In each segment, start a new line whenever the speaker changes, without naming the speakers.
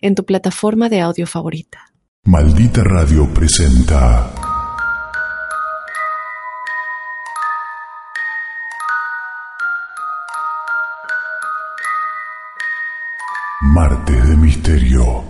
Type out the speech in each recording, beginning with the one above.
en tu plataforma de audio favorita.
Maldita Radio presenta. Martes de Misterio.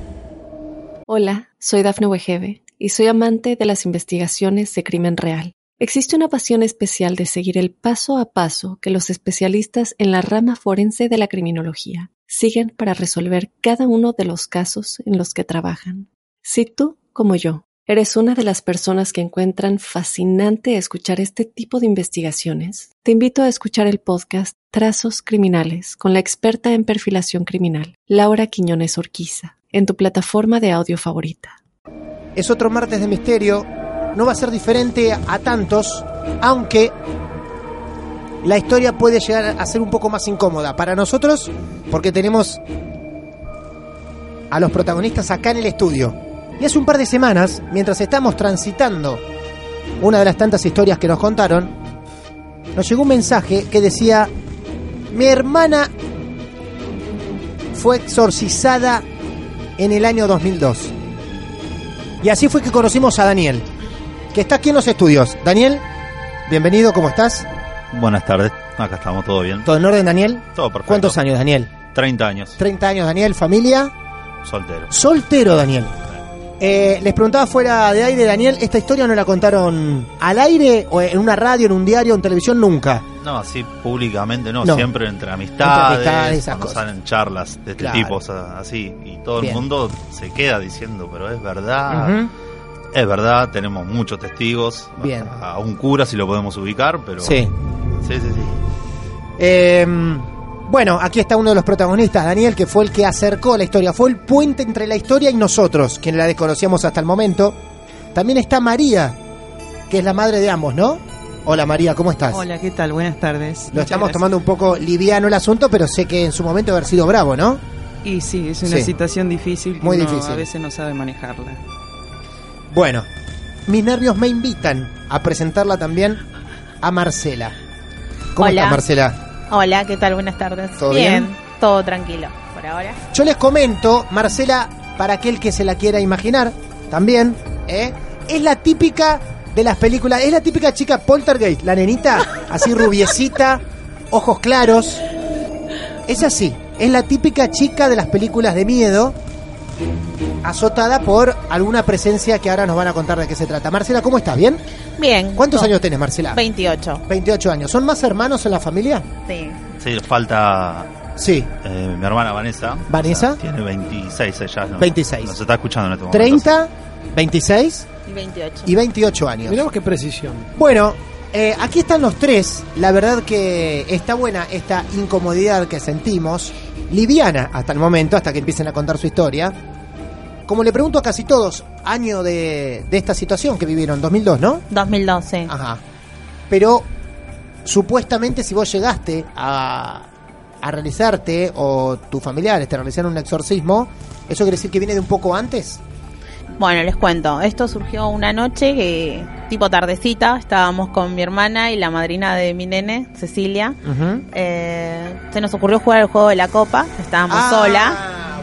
Hola, soy Dafne Wegebe y soy amante de las investigaciones de crimen real. Existe una pasión especial de seguir el paso a paso que los especialistas en la rama forense de la criminología siguen para resolver cada uno de los casos en los que trabajan. Si tú, como yo, eres una de las personas que encuentran fascinante escuchar este tipo de investigaciones, te invito a escuchar el podcast Trazos Criminales con la experta en perfilación criminal, Laura Quiñones Orquiza, en tu plataforma de audio favorita.
Es otro martes de misterio. No va a ser diferente a tantos, aunque la historia puede llegar a ser un poco más incómoda para nosotros, porque tenemos a los protagonistas acá en el estudio. Y hace un par de semanas, mientras estamos transitando una de las tantas historias que nos contaron, nos llegó un mensaje que decía, mi hermana fue exorcizada en el año 2002. Y así fue que conocimos a Daniel, que está aquí en los estudios. Daniel, bienvenido, ¿cómo estás?
Buenas tardes, acá estamos, todo bien.
¿Todo en orden, Daniel?
Todo perfecto.
¿Cuántos años, Daniel?
30 años,
30 años, Daniel, familia.
soltero.
Soltero, Daniel. Eh, les preguntaba fuera de aire, Daniel, ¿esta historia no la contaron al aire o en una radio, en un diario, en televisión? Nunca.
No, así públicamente no,
No.
siempre entre amistades,
Entre amistades, esas
cuando
cosas.
salen charlas de este
Claro.
tipo, o sea, así. Y todo
Bien.
el mundo se queda diciendo, pero es verdad,
Ujú.
es verdad, tenemos muchos testigos.
Bien.
A un cura si lo podemos ubicar, pero...
Sí.
Sí, sí, sí.
Eh, bueno, aquí está uno de los protagonistas, Daniel, que fue el que acercó la historia, fue el puente entre la historia y nosotros, quienes la desconocíamos hasta el momento. También está María, que es la madre de ambos, ¿no? Hola María, ¿cómo estás?
Hola, ¿qué tal? Buenas tardes.
Lo
Muchas
estamos
gracias.
tomando un poco liviano el asunto, pero sé que en su momento debe haber sido bravo, ¿no?
Y sí, es una
Sí.
situación difícil. que
Muy
uno
difícil.
A veces no sabe manejarla.
Bueno, mis nervios me invitan a presentarla también a Marcela. ¿Cómo
Hola.
estás, Marcela?
Hola, ¿qué tal? Buenas tardes.
¿Todo bien?
Todo tranquilo por ahora.
Yo les comento, Marcela, para aquel que se la quiera imaginar, también, ¿eh? es la típica de las películas, es la típica chica poltergeist, la nenita así rubiecita, ojos claros. Es así, es la típica chica de las películas de miedo, azotada por alguna presencia que ahora nos van a contar de qué se trata. Marcela, ¿cómo estás? ¿Bien?
Bien.
¿Cuántos
Todo.
años tenés, Marcela?
28.
28 años. ¿Son más hermanos en la familia?
Sí.
Sí, falta
Sí.
eh, mi hermana Vanessa.
¿Vanessa?
O sea, tiene 26 ella. ¿no?
26.
Nos está escuchando en este momento.
30, 26
Y 28.
y 28 años.
Miramos qué precisión.
Bueno, eh, aquí están los tres. La verdad que está buena esta incomodidad que sentimos. Liviana hasta el momento, hasta que empiecen a contar su historia. Como le pregunto a casi todos, año de, de esta situación que vivieron, 2002, ¿no?
2012.
Ajá. Pero supuestamente si vos llegaste a, a realizarte o tus familiares te realizaron un exorcismo, ¿eso quiere decir que viene de un poco antes?
Bueno, les cuento. Esto surgió una noche que, tipo tardecita, estábamos con mi hermana y la madrina de mi nene, Cecilia.
Mm.
Eh, se nos ocurrió jugar el juego de la copa. Estábamos
Ah,
solas.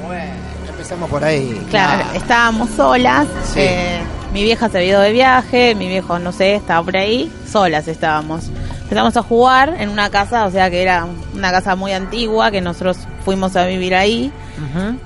bueno, empezamos por ahí.
Claro,
Ah.
estábamos solas.
Sí.
eh, mi vieja se había ido de viaje, mi viejo, no sé, estaba por ahí. Solas estábamos. Empezamos a jugar en una casa, o sea que era una casa muy antigua, que nosotros fuimos a vivir ahí.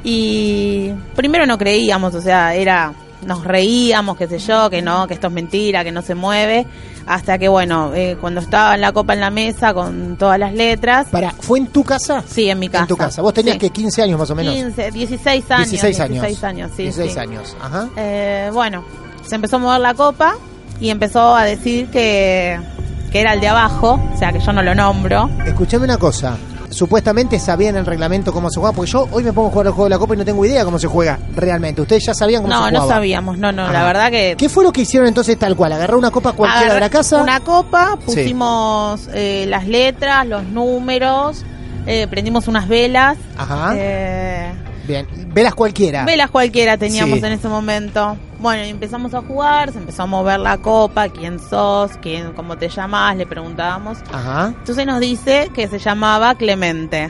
Y primero no creíamos, o sea, era nos reíamos, qué sé yo, que no, que esto es mentira, que no se mueve. Hasta que, bueno, eh, cuando estaba en la copa en la mesa con todas las letras.
Pará, ¿fue en tu casa?
Sí, en mi casa.
En tu casa. Vos tenías
Sí.
que 15 años más o menos.
15, 16 años.
16 años.
16 años, sí.
16
sí.
años, ajá.
Eh, bueno, se empezó a mover la copa y empezó a decir que, que era el de abajo, o sea que yo no lo nombro.
Escuchame una cosa. supuestamente sabían el reglamento cómo se jugaba, porque yo hoy me pongo a jugar el juego de la copa y no tengo idea cómo se juega realmente. Ustedes ya sabían cómo se
No,
jugaba.
no sabíamos, no, no,
Ajá.
la verdad que...
¿Qué fue lo que hicieron entonces tal cual? ¿Agarró una copa cualquiera de la
Agarré
casa?
Una copa,
Sí.
pusimos eh, las letras, los números, eh, prendimos unas velas.
Ajá.
eh,
Bien. Velas cualquiera.
Velas cualquiera teníamos
Sí.
en ese momento. Bueno, y empezamos a jugar, se empezó a mover la copa, quién sos, quién, cómo te llamás, le preguntábamos.
Ajá.
Entonces nos dice que se llamaba Clemente.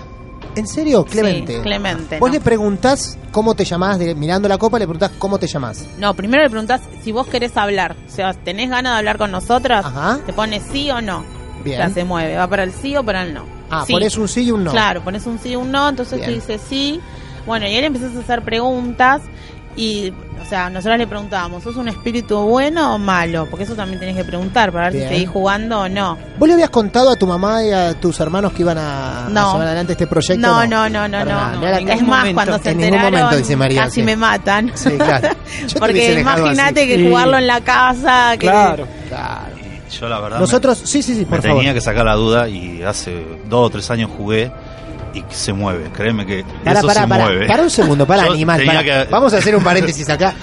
¿En serio? Clemente.
Sí, Clemente.
Vos
¿no?
le preguntás cómo te llamás, de- mirando la copa le preguntás cómo te llamás.
No, primero le preguntás si vos querés hablar. O sea, ¿tenés ganas de hablar con nosotras?
Ajá.
Te pones sí o no.
Bien.
O sea, se mueve. Va para el sí o para el no.
Ah,
em- Sí.
ponés un sí y un no.
Claro, pones un sí o un no, entonces
Bien.
te dice sí. Bueno, y él empezás a hacer preguntas y, o sea, nosotros le preguntábamos, ¿sos un espíritu bueno o malo? Porque eso también tenés que preguntar para ver
Bien.
si seguís jugando o no.
¿Vos le habías contado a tu mamá y a tus hermanos que iban a, a
No.
llevar adelante este proyecto?
No, no, no, no, no.
Para nada. Mirá la
es
cara.
ningún
más,
momento.
cuando se
En ningún
enteraron,
momento, dice María,
casi
sí.
me matan.
Sí, claro. Yo te hubiese
Porque
dejado así.
imagínate que
Sí.
jugarlo en la casa, que
Claro.
Claro.
Y yo la verdad... me-
Nosotros, sí, sí, sí,
Me
por
tenía
favor.
que sacar la duda y hace dos o tres años jugué y se mueve. Créeme que
Pará,
eso
pará,
se
pará.
mueve.
Pará un segundo, para
Yo
animal.
tenía
pará.
que-
Vamos a hacer un paréntesis acá.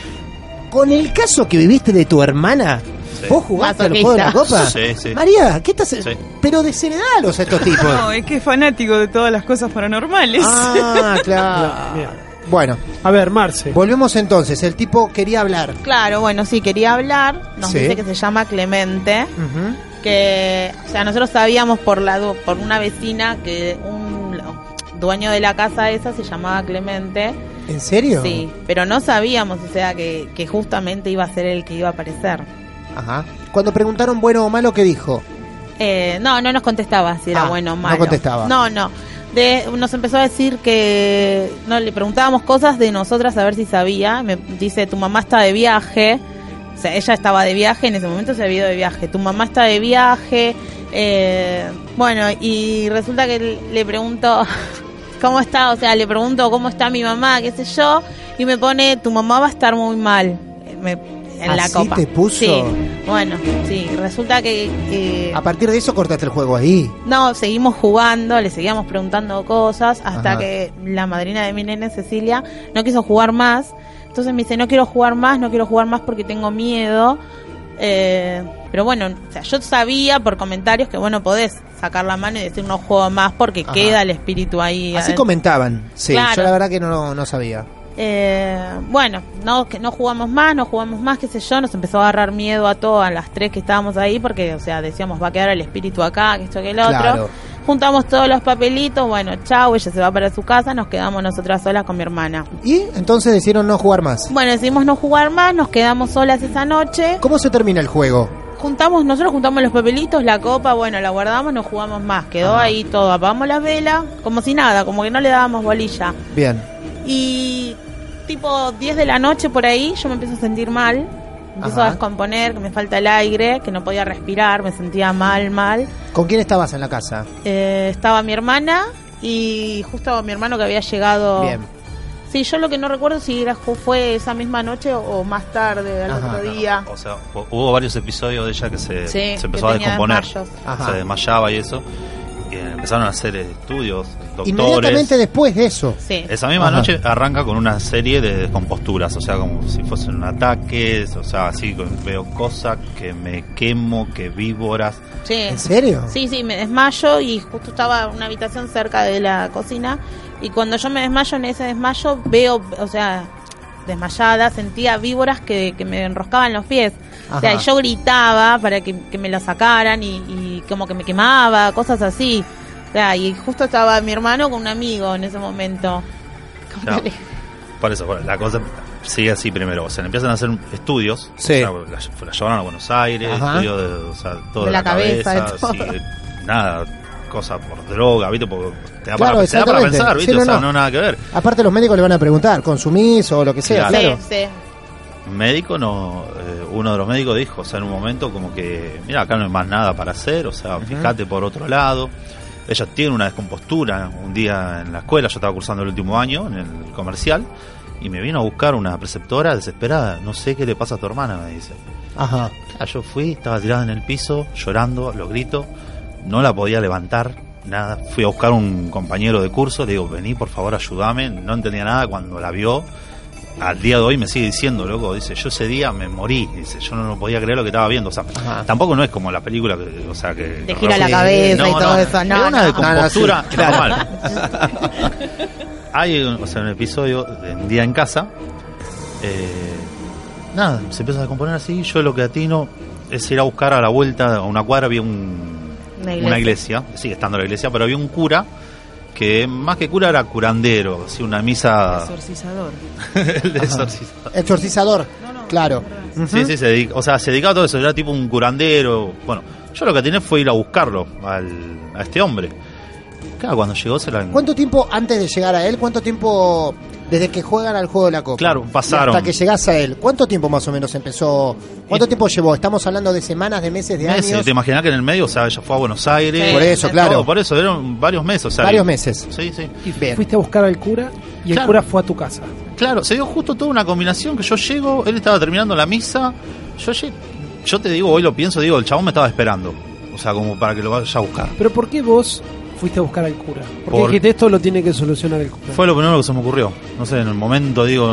Con el caso que viviste de tu hermana,
Sí.
¿vos jugaste al juego de la
Masoquista.
copa?
Sí, sí.
María, ¿qué estás? Pero desheredalos a estos tipos.
No, es que es fanático de todas las cosas paranormales.
ah, claro.
Bien.
Bueno,
A ver, Marce.
volvemos entonces. El tipo quería hablar.
Claro, bueno, sí, quería hablar. Nos
Sí.
dice que se llama Clemente.
Ujú.
que, o sea, nosotros sabíamos por la du- por una vecina que un dueño de la casa esa se llamaba Clemente,
¿En serio?
sí, pero no sabíamos, o sea, que, que justamente iba a ser el que iba a aparecer.
Ajá. Cuando preguntaron bueno o malo, ¿qué dijo?
Eh, no, no nos contestaba si era
Ah,
bueno o
no
malo.
contestaba.
No, no. De, nos empezó a decir que no le preguntábamos cosas de nosotras a ver si sabía. Me dice, tu mamá está de viaje. O sea, ella estaba de viaje, en ese momento se había ido de viaje. Tu mamá está de viaje. eh, bueno, y resulta que le pregunto, ¿cómo está? O sea, le pregunto cómo está mi mamá, qué sé yo. Y me pone, tu mamá va a estar muy mal. Eh, Me- en la
¿Así
copa.
te puso?
Sí. Bueno, sí. Resulta que... eh,
A partir de eso cortaste el juego ahí.
no, seguimos jugando, le seguíamos preguntando cosas hasta
Ajá.
que la madrina de mi nene, Cecilia, no quiso jugar más. Entonces me dice, no quiero jugar más, no quiero jugar más porque tengo miedo. Eh, pero bueno, o sea, yo sabía por comentarios que bueno, podés sacar la mano y decir no juego más porque
Ajá.
queda el espíritu ahí.
Así
adentro".
comentaban. Sí, yo
Claro.
la verdad que no, no sabía.
Eh, bueno, no, que no jugamos más, no jugamos más, qué sé yo, nos empezó a agarrar miedo a todas las tres que estábamos ahí, porque, o sea, decíamos, va a quedar el espíritu acá, que esto, que el otro.
Claro.
Juntamos todos los papelitos, bueno, chau, ella se va para su casa, nos quedamos nosotras solas con mi hermana.
Y entonces decidieron no jugar más.
Bueno, decidimos no jugar más, nos quedamos solas esa noche.
¿Cómo se termina el juego?
Juntamos, nosotros juntamos los papelitos, la copa, bueno, la guardamos, no jugamos más. Quedó
Ajá.
ahí todo, apagamos las velas, como si nada, como que no le dábamos bolilla.
Bien.
Y tipo 10 de la noche por ahí yo me empiezo a sentir mal, empiezo
Ajá.
a descomponer, que me falta el aire, que no podía respirar, me sentía mal, mal.
¿Con quién estabas en la casa?
Eh, estaba mi hermana y justo mi hermano que había llegado...
Bien.
Sí, yo lo que no recuerdo si era, fue esa misma noche o más tarde, al
Ajá.
otro día.
O sea, hu- hubo varios episodios de ella que se,
Sí,
se empezó
que
a
tenía
descomponer.
desmayos.
Ajá.
Se desmayaba y eso. Y empezaron a hacer estudios,
Inmediatamente
doctores.
después de eso.
Sí.
Esa misma
Ajá.
noche arranca con una serie de descomposturas, o sea, como si fuesen ataques, o sea, así con- veo cosas, que me quemo, que víboras.
Sí.
¿En serio?
Sí, sí, me desmayo y justo estaba una habitación cerca de la cocina y cuando yo me desmayo en ese desmayo veo, o sea, desmayada, sentía víboras que, que me enroscaban los pies. O sea,
Ajá.
y yo gritaba para que, que me la sacaran y, y como que me quemaba, cosas así. O sea, y justo estaba mi hermano con un amigo en ese momento.
O sea, por eso, por- la cosa sigue así primero. O sea, empiezan a hacer estudios.
Sí.
O sea, la, la llevaron a Buenos Aires,
Ajá.
estudios de, o sea, todo
De
de
la
la, cabeza,
cabeza, de
sí, nada, cosa por droga, ¿viste? Porque te da,
Claro,
para, te da para
exactamente.
pensar, ¿viste?
Sí, no,
o sea,
no.
no. nada que ver.
Aparte los médicos le van a preguntar, ¿consumís o lo que sea?
Sí,
Claro.
Sí, sí.
Médico no, eh, uno de los médicos dijo, o sea, en un momento como que, mira, acá no hay más nada para hacer, o sea, fíjate por otro lado. Ella tiene una descompostura un día en la escuela, yo estaba cursando el último año en el comercial, y me vino a buscar una preceptora desesperada, no sé qué le pasa a tu hermana, me dice.
Ajá.
Ah, yo fui, estaba tirada en el piso, llorando, los gritos, no la podía levantar, Nada, fui a buscar un compañero de curso, le digo, vení por favor, ayúdame. No entendía nada cuando la vio. Al día de hoy me sigue diciendo, loco, dice, yo ese día me morí, dice, yo no, no podía creer lo que estaba viendo. O sea,
Ajá.
tampoco no es como la película, que, o sea, que...
Te gira la cabeza y todo eso. No,
es una
no.
Ah,
descompostura
No, no, sí, claro.
normal. Hay un, o sea, un episodio de un día en casa. eh, nada, se empieza a componer así. Yo lo que atino es ir a buscar a la vuelta, a una cuadra, había un,
Una iglesia.
una iglesia. Sigue estando la iglesia, pero había un cura que más que cura era curandero. Así una misa.
Exorcizador.
el exorcista.
Exorcizador. claro.
Sí, sí, se dedica- o sea, se dedicaba a todo eso, era tipo un curandero. Bueno, yo lo que atiné fue ir a buscarlo al- a este hombre. Claro, cuando llegó se la
¿Cuánto tiempo antes de llegar a él? ¿Cuánto tiempo desde que juegan al juego de la copa?
Claro,
Y
pasaron.
Hasta que llegás a él. ¿Cuánto tiempo más o menos empezó? ¿Cuánto
Y-
tiempo llevó? Estamos hablando de semanas, de meses, de
meses.
años.
Te imaginas que en el medio, o sea, ella fue a Buenos Aires.
Sí.
Por eso,
Todo,
claro.
Todo, por eso, eran varios meses. o sea,
Varios
y-
meses.
Sí, sí.
Bien.
Fuiste a buscar al cura y
Claro.
el cura fue a tu casa.
Claro, se dio justo toda una combinación que yo llego, él estaba terminando la misa, yo lle- yo te digo, hoy lo pienso, digo, el chabón me estaba esperando. O sea, como para que lo vaya a buscar.
Pero ¿por qué vos fuiste a buscar al cura? Porque
Por-
dijiste esto lo tiene que solucionar el cura.
Fue lo primero que se me ocurrió. No sé, en el momento, digo,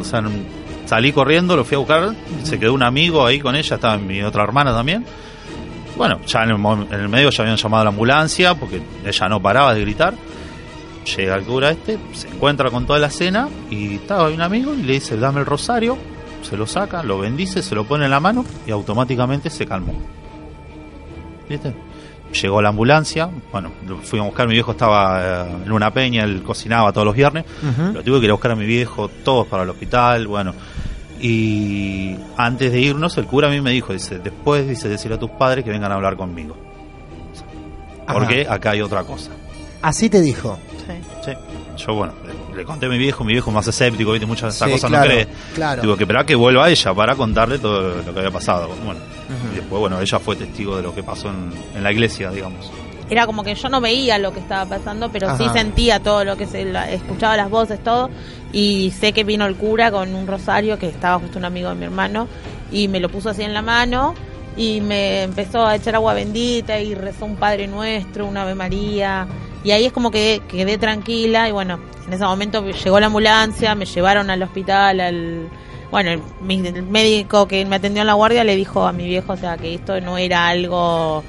o sea, salí corriendo, lo fui a buscar, se quedó un amigo ahí con ella, estaba mi otra hermana también. Bueno, ya en el, mo- en el medio ya habían llamado a la ambulancia porque ella no paraba de gritar. Llega el cura este, se encuentra con toda la cena y estaba ahí un amigo y le dice, dame el rosario, se lo saca, lo bendice, se lo pone en la mano y automáticamente se calmó. ¿Viste? Llegó la ambulancia, bueno, lo fui a buscar, mi viejo estaba eh, en una peña, él cocinaba todos los viernes, lo tuve que ir a buscar a mi viejo, todos para el hospital, bueno. Y antes de irnos, el cura a mí me dijo, dice, después dice, decirle a tus padres que vengan a hablar conmigo. Porque acá hay otra cosa.
Así te dijo.
Sí.
Sí. Yo, bueno, le, le conté a mi viejo, mi viejo más escéptico, viste, muchas de esas
Sí,
cosas
claro,
no cree.
claro.
Digo, que esperá que vuelva ella para contarle todo lo que había pasado. Bueno, y después, bueno, ella fue testigo de lo que pasó en, en la iglesia, digamos.
Era como que yo no veía lo que estaba pasando, pero sí
Ajá.
sentía todo lo que se la- escuchaba las voces, todo. Y sé que vino el cura con un rosario que estaba justo un amigo de mi hermano y me lo puso así en la mano y me empezó a echar agua bendita y rezó un Padre Nuestro, una Ave María. Y ahí es como que quedé tranquila y bueno, en ese momento llegó la ambulancia, me llevaron al hospital, al... Bueno, el, mi- el médico que me atendió en la guardia le dijo a mi viejo, o sea, que esto no era algo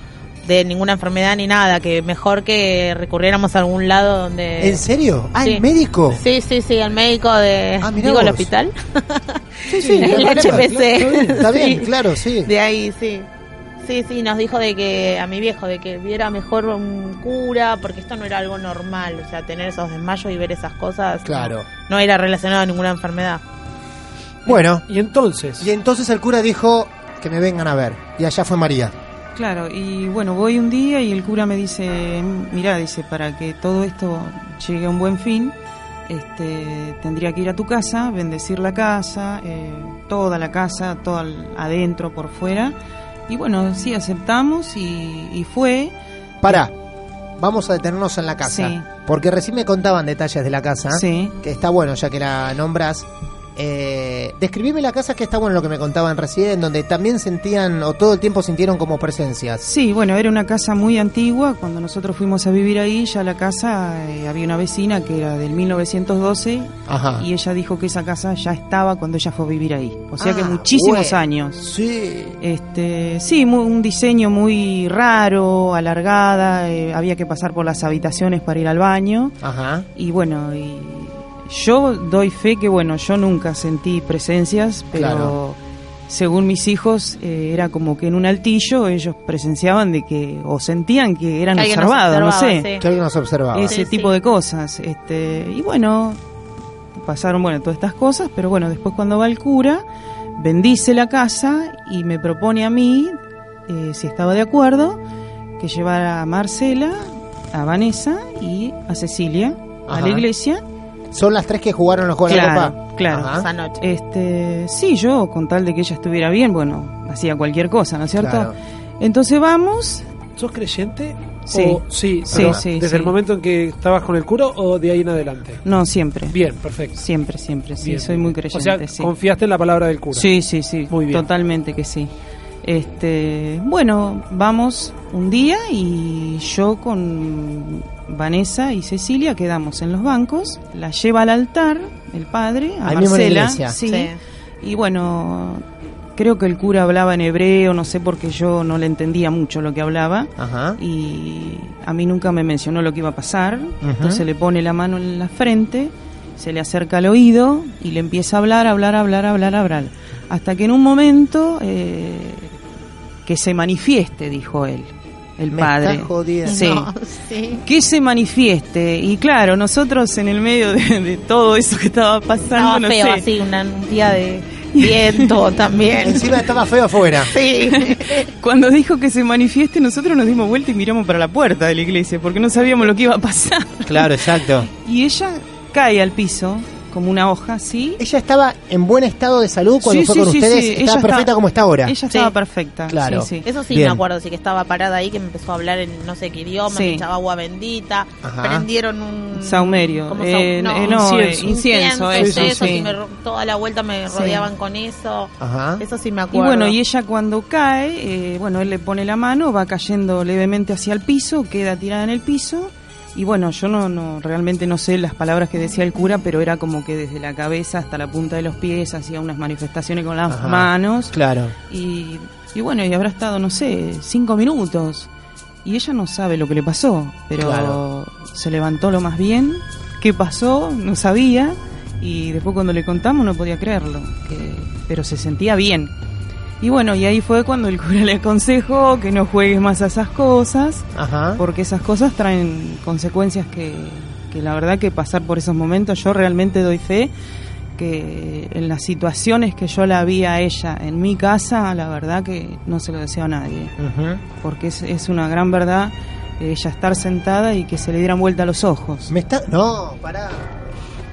de ninguna enfermedad ni nada, que mejor que recurriéramos a algún lado donde...
¿En serio? Ah,
Sí.
¿el médico?
Sí, sí, sí, al médico de...
Ah, mirá
digo, el
vos.
hospital.
Sí,
el
no hay problema.
HPC.
Está bien, Está bien,
Sí.
claro, sí.
De ahí, sí. Sí, sí, nos dijo de que a mi viejo, de que viera mejor un cura, porque esto no era algo normal, o sea, tener esos desmayos y ver esas cosas no-
Claro.
no, era relacionado a ninguna enfermedad.
Bueno,
Y entonces,
y entonces el cura dijo que me vengan a ver. Y allá fue María.
Claro, y bueno, voy un día y el cura me dice, mira, dice, para que todo esto llegue a un buen fin, este, tendría que ir a tu casa, bendecir la casa, eh, toda la casa, todo al- adentro, por fuera. Y bueno, sí, aceptamos y, y fue.
Pará, vamos a detenernos en la casa. Ah.
Sí.
Porque recién me contaban detalles de la casa.
Sí.
Que está bueno, ya que la nombras. Eh, describime la casa que está bueno lo que me contaban recién, donde también sentían o todo el tiempo sintieron como presencias.
Sí, bueno, era una casa muy antigua. Cuando nosotros fuimos a vivir ahí, ya la casa, eh, había una vecina que era del 1912
Ajá.
y ella dijo que esa casa ya estaba cuando ella fue a vivir ahí. O sea que
Ah,
muchísimos
bueno.
años.
Sí.
Este, sí, mu- un diseño muy raro, alargada, eh, había que pasar por las habitaciones para ir al baño.
Ajá.
Y bueno, y yo doy fe que bueno, yo nunca sentí presencias, pero
Claro.
según mis hijos eh, era como que en un altillo ellos presenciaban de que o sentían que eran
Alguien nos
observados, no
observaba,
sé,
sí.
Que alguien nos observaba.
ese
Sí,
tipo
sí.
de cosas. Este, y bueno, pasaron bueno todas estas cosas, pero bueno, después cuando va el cura bendice la casa y me propone a mí eh, si estaba de acuerdo que llevara a Marcela, a Vanessa y a Cecilia a
Ajá.
la iglesia
Son las tres que jugaron los juegos de la
Claro,
copa.
claro.
Ajá.
Ah. Esa noche.
Este, sí, yo, con tal de que ella estuviera bien, bueno, hacía cualquier cosa, ¿no es cierto?
Claro.
Entonces vamos,
¿sos creyente?
Sí.
O- sí,
Sí,
pero
sí,
¿Desde
sí.
el momento en que estabas con el cura o de ahí en adelante?
no, siempre,
Bien, perfecto.
siempre, siempre, sí,
Bien.
soy muy creyente,
O sea,
sí.
confiaste en la palabra del cura.
Sí, sí, sí,
Muy bien.
totalmente que sí. Este, bueno, vamos un día y yo con Vanessa y Cecilia quedamos en los bancos, la lleva al altar el padre, a
Ahí mismo en la iglesia.
Marcela, sí, y bueno, creo que el cura hablaba en hebreo, no sé porque yo no le entendía mucho lo que hablaba
Ajá.
y a mí nunca me mencionó lo que iba a pasar. Entonces le pone la mano en la frente, se le acerca al oído y le empieza a hablar, hablar, hablar, hablar, hablar. Hasta que en un momento eh, que se manifieste, dijo él, el
Me
padre.
está jodiendo.
Sí.
No, sí.
Que se manifieste. Y claro, nosotros en el medio de, de todo eso que estaba pasando,
Estaba
no
feo
sé.
así, una- un día de viento también.
Encima estaba feo afuera.
Sí.
Cuando dijo que se manifieste, nosotros nos dimos vuelta y miramos para la puerta de la iglesia porque no sabíamos lo que iba a pasar.
Claro, exacto.
Y ella cae al piso, como una hoja, ¿sí?
Ella estaba en buen estado de salud cuando
Sí,
fue
sí,
con
sí,
ustedes.
sí.
Estaba
Ella
perfecta
está-
como está ahora.
Ella estaba
Sí.
perfecta.
Claro.
Sí, sí.
Eso sí
Bien.
me acuerdo, sí que estaba parada ahí, que me empezó a hablar en no sé qué idioma,
Sí.
me echaba agua bendita,
Ajá.
prendieron un...
Saumerio.
como
Eh,
sau-
eh, no, eh,
Incienso.
incienso,
eso,
eso, sí.
y me ro- toda la vuelta me
Sí. Ah.
rodeaban con eso.
Ajá.
Eso sí me
Y
acuerdo.
bueno, y ella cuando cae, eh, bueno, él le pone la mano, va cayendo levemente hacia el piso, queda tirada en el piso. Y bueno, yo no, no realmente no sé las palabras que decía el cura, pero era como que desde la cabeza hasta la punta de los pies hacía unas manifestaciones con las
Ajá.
manos.
Claro.
Y, y bueno, y habrá estado, no sé, cinco minutos. Y ella no sabe lo que le pasó, pero
Claro.
se levantó lo más bien. ¿Qué pasó? No sabía. Y después cuando le contamos no podía creerlo, que- pero se sentía bien. Y bueno, y ahí fue cuando el cura le aconsejó que no juegues más a esas cosas,
Ajá.
porque esas cosas traen consecuencias que, que la verdad que pasar por esos momentos, yo realmente doy fe que en las situaciones que yo la vi a ella en mi casa, la verdad que no se lo deseo a nadie,
Ujú.
porque es, es una gran verdad eh, ella estar sentada y que se le dieran vuelta los ojos.
Me está. No, pará.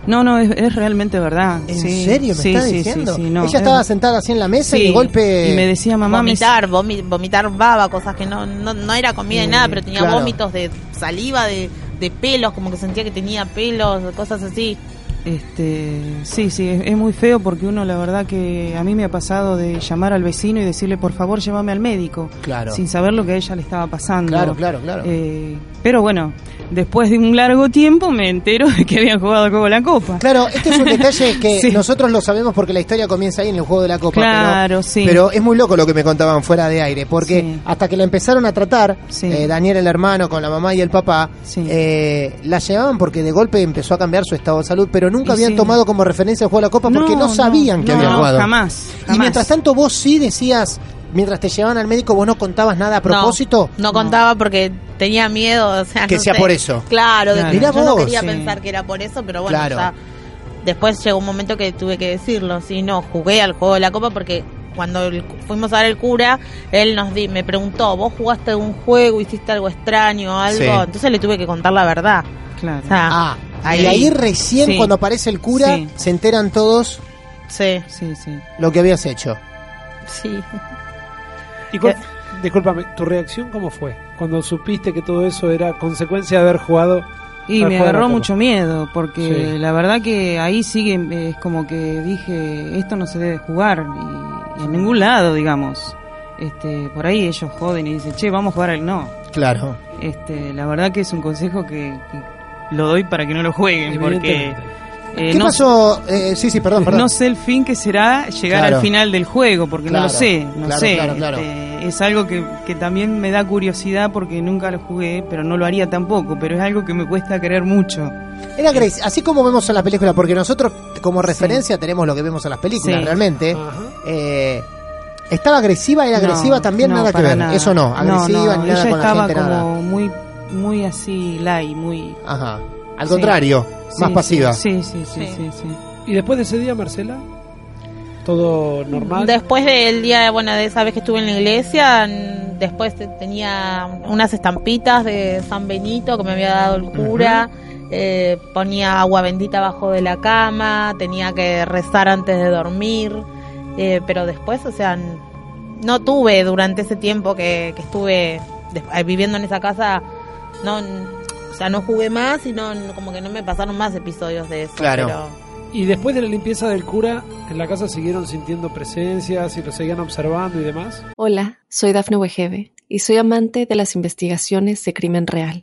No, no, es, es realmente verdad.
¿En
sí.
serio me
Sí,
está
sí, sí,
diciendo?
sí, no,
Ella
es-
estaba sentada así en la mesa y
Sí,
de golpe.
Y me decía, mamá, me-
vomitar, vomi- vomitar baba, cosas que no, no, no era comida
Eh,
ni nada, pero tenía
Mm, claro.
vómitos de saliva, de, de pelos, como que sentía que tenía pelos, cosas así.
Este, sí, sí, es, es muy feo porque uno, la verdad que a mí me ha pasado de llamar al vecino y decirle, por favor, llévame al médico,
Claro.
sin saber lo que a ella le estaba pasando.
Claro, claro, claro.
Eh, pero bueno, después de un largo tiempo me entero de que habían jugado al juego de la copa.
Claro, este es un detalle que
Sí.
nosotros lo sabemos porque la historia comienza ahí en el juego de la copa.
Claro,
pero,
sí.
Pero es muy loco lo que me contaban fuera de aire, porque
Sí.
hasta que la empezaron a tratar,
Sí.
eh, Daniel el hermano con la mamá y el papá,
Sí.
eh, la llevaban porque de golpe empezó a cambiar su estado de salud, pero nunca
Y
habían
sí.
tomado como referencia el juego de la copa porque no, sabían que
no,
había
no,
jugado.
Jamás,
Y
jamás.
mientras tanto vos sí decías, mientras te llevaban al médico, vos no contabas nada a propósito.
No, no contaba porque tenía miedo. o sea,
Que
no
sea
sé.
por eso.
Claro, de
Claro.
que
Mirá
yo no
vos.
quería
Sí.
pensar que era por eso, pero bueno,
Claro.
ya después llegó un momento que tuve que decirlo. Sí, no, jugué al juego de la copa porque cuando el- fuimos a ver el cura, él nos di, me preguntó, ¿vos jugaste algún juego, hiciste algo extraño, algo?
Sí.
Entonces le tuve que contar la verdad.
Claro.
O sea,
Ah, y ahí recién
Sí.
cuando aparece el cura,
Sí.
se enteran todos
sí,
Sí, sí.
lo que habías hecho.
sí.
Y cu-
Eh.
Discúlpame, ¿tu reacción cómo fue? Cuando supiste que todo eso era consecuencia de haber jugado.
Y me
al juego de la
agarró
copa.
mucho miedo, porque
Sí.
la verdad que ahí sigue, eh, es como que dije, esto no se debe jugar, y, y en ningún lado, digamos. Este, por ahí ellos joden y dicen, che, vamos a jugar al no.
Claro.
Este, la verdad que es un consejo que, que lo doy para que no lo jueguen, porque...
Evidentemente.
eh,
¿Qué
no-
pasó? Eh, sí, sí, perdón, perdón.
No sé el fin que será llegar
Claro.
al final del juego, porque no
Claro,
lo sé, no
claro,
sé.
claro, claro.
Este, es algo que, que también me da curiosidad porque nunca lo jugué, pero no lo haría tampoco, pero es algo que me cuesta creer mucho.
Era Grace, así como vemos en las películas, porque nosotros como referencia tenemos lo que vemos en las películas,
Sí. Ah.
realmente.
Ajá.
Eh, ¿Estaba agresiva? ¿Era
No,
agresiva también?
no,
nada que
para
ver.
nada.
Eso no, agresiva
No, no,
ni nada
ella
con la
estaba
gente,
como
nada.
muy muy así light, muy
Ajá. Al
Sí.
contrario, más
sí,
pasiva.
Sí, sí, sí,
Sí.
sí, sí.
¿Y después de ese día, Marcela? ¿Todo normal?
Después del día, bueno, de esa vez que estuve en la iglesia, n- después te- tenía unas estampitas de San Benito que me había dado el cura, eh, ponía agua bendita abajo de la cama, tenía que rezar antes de dormir, eh, pero después, o sea, n- no tuve durante ese tiempo que, que estuve des- eh, viviendo en esa casa, no, n- o sea, no jugué más y no, n- como que no me pasaron más episodios de eso.
Claro.
Pero
Y después de la limpieza del cura, en la casa siguieron sintiendo presencias y lo seguían observando y demás.
Hola, soy Dafne Wegebe y soy amante de las investigaciones de crimen real.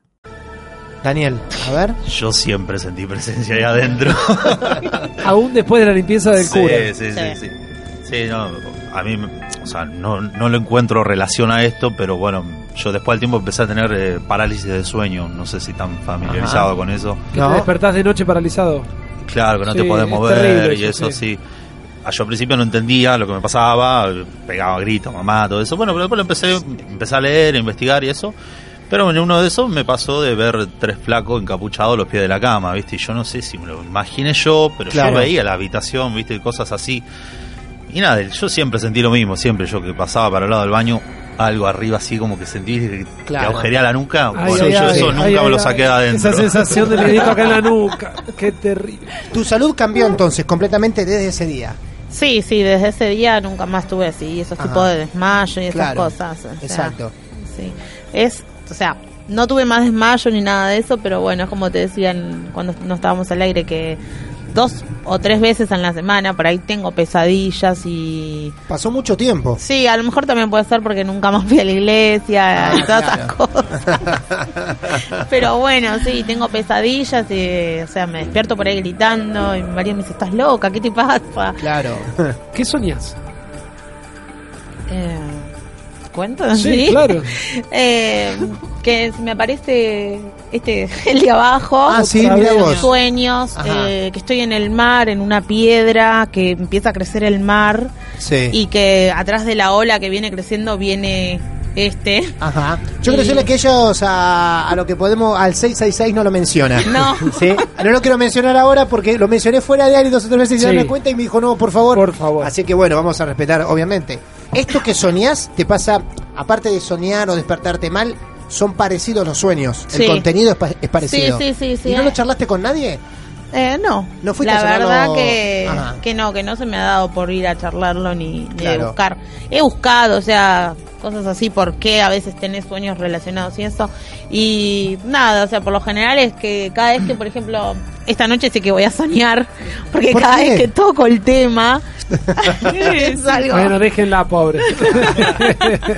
Daniel, a ver.
Yo siempre sentí presencia ahí adentro.
Aún después de la limpieza del
sí,
cura.
sí, sí, sí. Sí, no, a mí, o sea, no, no lo encuentro relación a esto, pero bueno, yo después del tiempo empecé a tener eh, parálisis de sueño. No sé si tan familiarizado
Ajá.
con eso.
Que
No.
te despertás de noche paralizado.
Claro, que no te
Sí,
podés
es
mover
terrible
y
eso,
eso sí. Ah, Yo al principio no entendía lo que me pasaba, pegaba gritos, mamá, todo eso. Bueno, pero después lo empecé, empecé a leer, a investigar y eso. Pero en uno de esos me pasó de ver tres flacos encapuchados a los pies de la cama, ¿viste? Y yo no sé si me lo imaginé yo, pero
Claro.
yo veía la habitación, ¿viste? Y cosas así. Y nada, yo siempre sentí lo mismo, siempre yo que pasaba para el lado del baño, algo arriba así como que sentí que te
Claro.
agujería la nuca.
Ay,
Bueno,
ay,
yo
ay,
eso
ay,
nunca
ay,
me lo
ay,
saqué de adentro.
Esa sensación del grito acá en la nuca. Qué terrible.
Tu salud cambió entonces completamente desde ese día.
Sí, sí, desde ese día nunca más tuve así esos
Ajá.
tipos de desmayo y esas
Claro,
cosas. o sea,
exacto.
Sí. Es, o sea, no tuve más desmayo ni nada de eso, pero bueno, es como te decían cuando no estábamos al aire que dos o tres veces en la semana por ahí tengo pesadillas y
Pasó mucho tiempo.
sí, a lo mejor también puede ser porque nunca más fui a la iglesia
Ah,
y todas
claro.
esas cosas. pero bueno, sí, tengo pesadillas y o sea, me despierto por ahí gritando y mi marido me dice, "¿Estás loca? ¿Qué te pasa?"
Claro.
¿Qué soñás?
Eh, ¿Cuento?
Sí, claro.
Eh, que se me aparece este, el de abajo.
Ah, sí,
Otra
mira
vez.
vos.
Sueños,
Ajá.
eh, que estoy en el mar, en una piedra, que empieza a crecer el mar
Sí.
y que atrás de la ola que viene creciendo viene este.
Ajá. Yo quiero decirle que ellos a, a lo que podemos, al 666 no lo menciona.
No.
¿Sí? No lo quiero mencionar ahora porque lo mencioné fuera de aire dos o tres veces y se
Sí.
dieron cuenta y me dijo, no, por favor.
Por favor.
Así que bueno, vamos a respetar, obviamente. Esto que soñás te pasa, aparte de soñar o despertarte mal, son parecidos los sueños.
Sí.
El contenido es, pa- es parecido.
Sí, sí, sí, sí.
¿Y no lo charlaste con nadie?
Eh, no,
No fuiste
la
a llamarlo-
verdad que,
Ajá.
que no, que no se me ha dado por ir a charlarlo ni, ni de
Claro.
buscar. He buscado, o sea, cosas así, porque a veces tenés sueños relacionados y eso. Y nada, o sea, por lo general es que cada vez que, por ejemplo, esta noche sé que voy a soñar, porque
¿Por
cada
qué?
vez que toco el tema es algo.
Bueno, déjenla, pobre.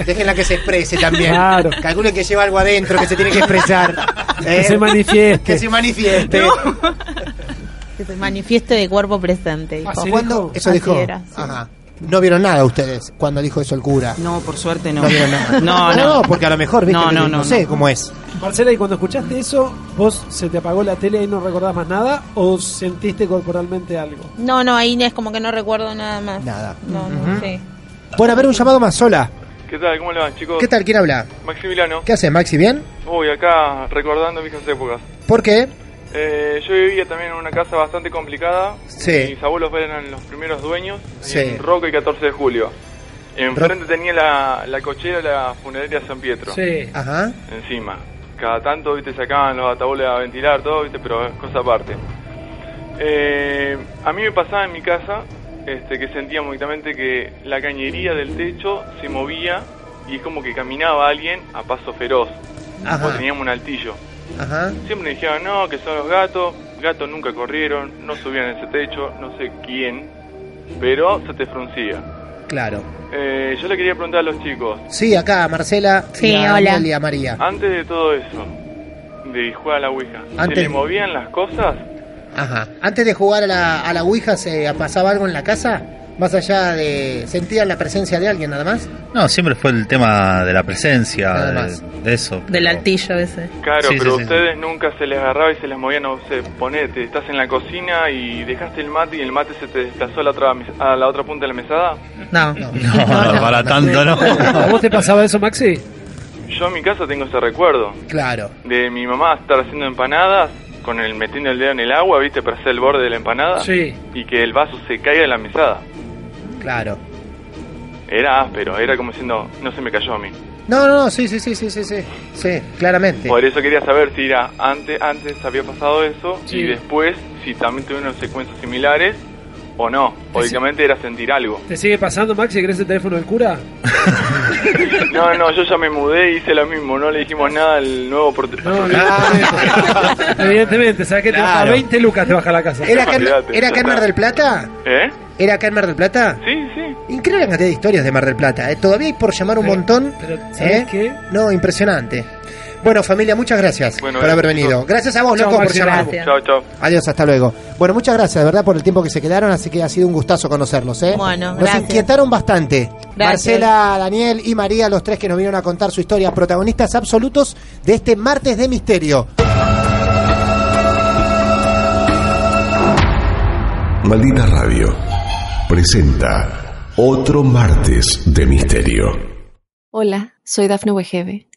Déjenla que se exprese también.
Claro.
Calculen que lleva algo adentro que se tiene que expresar.
Que
¿Eh?
se manifieste.
Que se manifieste.
que se manifieste de cuerpo presente. dijo.
Ah, sí.
¿Cuándo? Eso
Así
dijo.
era, sí.
Ajá. No vieron nada ustedes cuando dijo eso el cura.
No, por suerte no.
No vieron nada. Ah,
No, no.
porque a lo mejor, viste,
No, no,
no,
no,
sé
no.
cómo es.
Marcela, y cuando escuchaste eso, ¿vos se te apagó la tele y no recordás más nada? ¿O sentiste corporalmente algo?
No, no, ahí es como que no recuerdo nada más.
Nada.
No, no
Ujú.
sé.
Bueno, a ver un llamado más sola.
¿Qué tal? ¿Cómo le van, chicos?
¿Qué tal? ¿Quién habla?
Maximiliano.
¿Qué haces, Maxi? ¿Bien?
Uy, acá recordando viejas épocas.
¿Por qué?
Eh, yo vivía también en una casa bastante complicada.
Sí.
Mis abuelos eran los primeros dueños. ahí
Sí.
En Roca y 14 de julio. Enfrente tenía la, la cochera de la funeraria San Pietro.
Sí.
Ajá.
Encima. Cada tanto, viste, sacaban los ataúdes a ventilar, todo, viste, pero es cosa aparte. Eh, a mí me pasaba en mi casa este, que sentía directamente que la cañería del techo se movía y es como que caminaba alguien a paso feroz.
Ajá.
Porque teníamos un altillo.
Ajá.
Siempre me dijeron, no, que son los gatos. Gatos nunca corrieron, no subían ese techo, no sé quién, pero se te fruncía.
Claro.
Eh, yo le quería preguntar a los chicos,
Sí, acá, Marcela.
Sí,
y a
hola.
Daniel y a María.
antes de todo eso, de jugar a la Ouija, ¿se
Antes-
le movían las cosas?
Ajá. Antes de jugar a la, a la Ouija, ¿se pasaba algo en la casa? Más allá de. ¿Sentían la presencia de alguien nada más?
No, siempre fue el tema de la presencia,
Nada
de,
más.
de eso.
Del
pero-
altillo ese.
Claro,
Sí,
pero
sí, sí.
ustedes nunca se les agarraba y se les movían, no sé, ponete, estás en la cocina y dejaste el mate y el mate se te desplazó a la otra, mes- a la otra punta de la mesada.
No.
No, no, para tanto no.
¿A vos te pasaba eso, Maxi?
Yo en mi casa tengo ese recuerdo
Claro.
de mi mamá estar haciendo empanadas con el metiendo el dedo en el agua, viste, para hacer el borde de la empanada
Sí.
y que el vaso se caiga de la mesada.
Claro.
era áspero, era como diciendo, no se me cayó a mí.
No, no, no, sí, sí, sí, sí, sí, sí, sí, claramente.
Por eso quería saber si era antes, antes había pasado eso
Sí.
y después si también tuvieron secuencias similares o no. Obviamente era sentir algo.
¿Te sigue pasando, Maxi? ¿Querés el teléfono del cura?
No, no, yo ya me mudé y hice lo mismo, no le dijimos nada al nuevo prote-
No, evidentemente. evidentemente, ¿sabes qué? Te baja
Claro.
20 lucas, te baja la casa.
¿Era acá, en-
Olvídate,
¿era
ya
acá en
está.
Mar del Plata?
¿Eh?
¿Era acá en Mar del Plata?
Sí, sí.
Increíble la cantidad de historias de Mar del Plata. ¿eh? Todavía hay por llamar un
Pero-
montón.
pero, ¿sabes
¿eh?
qué?
No, impresionante. Bueno, familia, muchas gracias
Bueno, eh,
por haber
gracias,
venido.
chicos.
Gracias a vos,
Chau,
loco, por
Maxi,
llamar.
gracias.
Chao, chao.
Adiós, hasta luego. Bueno, muchas gracias, de verdad, por el tiempo que se quedaron, así que ha sido un gustazo conocerlos, ¿eh?
Bueno,
Nos
gracias.
inquietaron bastante.
Gracias.
Marcela, Daniel y María, los tres que nos vinieron a contar su historia, protagonistas absolutos de este martes de misterio.
Maldita Radio presenta otro martes de misterio.
Hola, soy Dafne Wegebe